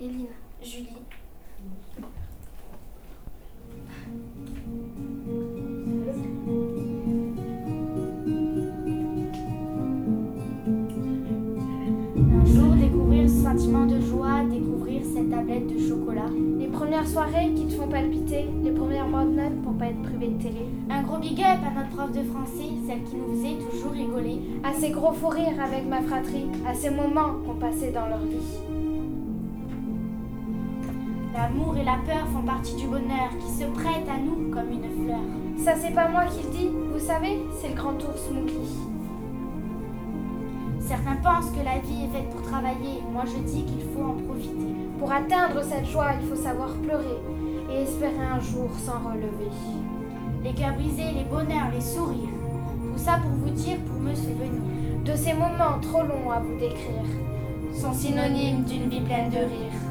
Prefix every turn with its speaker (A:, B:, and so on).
A: Eline, Julie. Un jour, découvrir ce sentiment de joie, découvrir cette tablette de chocolat. Les premières soirées qui te font palpiter, les premières mois de notes pour pas être privé de télé. Un gros big up à notre prof de français, celle qui nous faisait toujours rigoler. À ces gros fous rires avec ma fratrie, à ces moments qu'on passait dans leur lit. L'amour et la peur font partie du bonheur qui se prête à nous comme une fleur. Ça, c'est pas moi qui le dis, vous savez, c'est le grand ours Mowgli. Certains pensent que la vie est faite pour travailler, moi je dis qu'il faut en profiter. Pour atteindre cette joie, il faut savoir pleurer et espérer un jour s'en relever. Les cœurs brisés, les bonheurs, les sourires, tout ça pour vous dire, pour me souvenir de ces moments trop longs à vous décrire, sont synonymes d'une vie pleine de rire.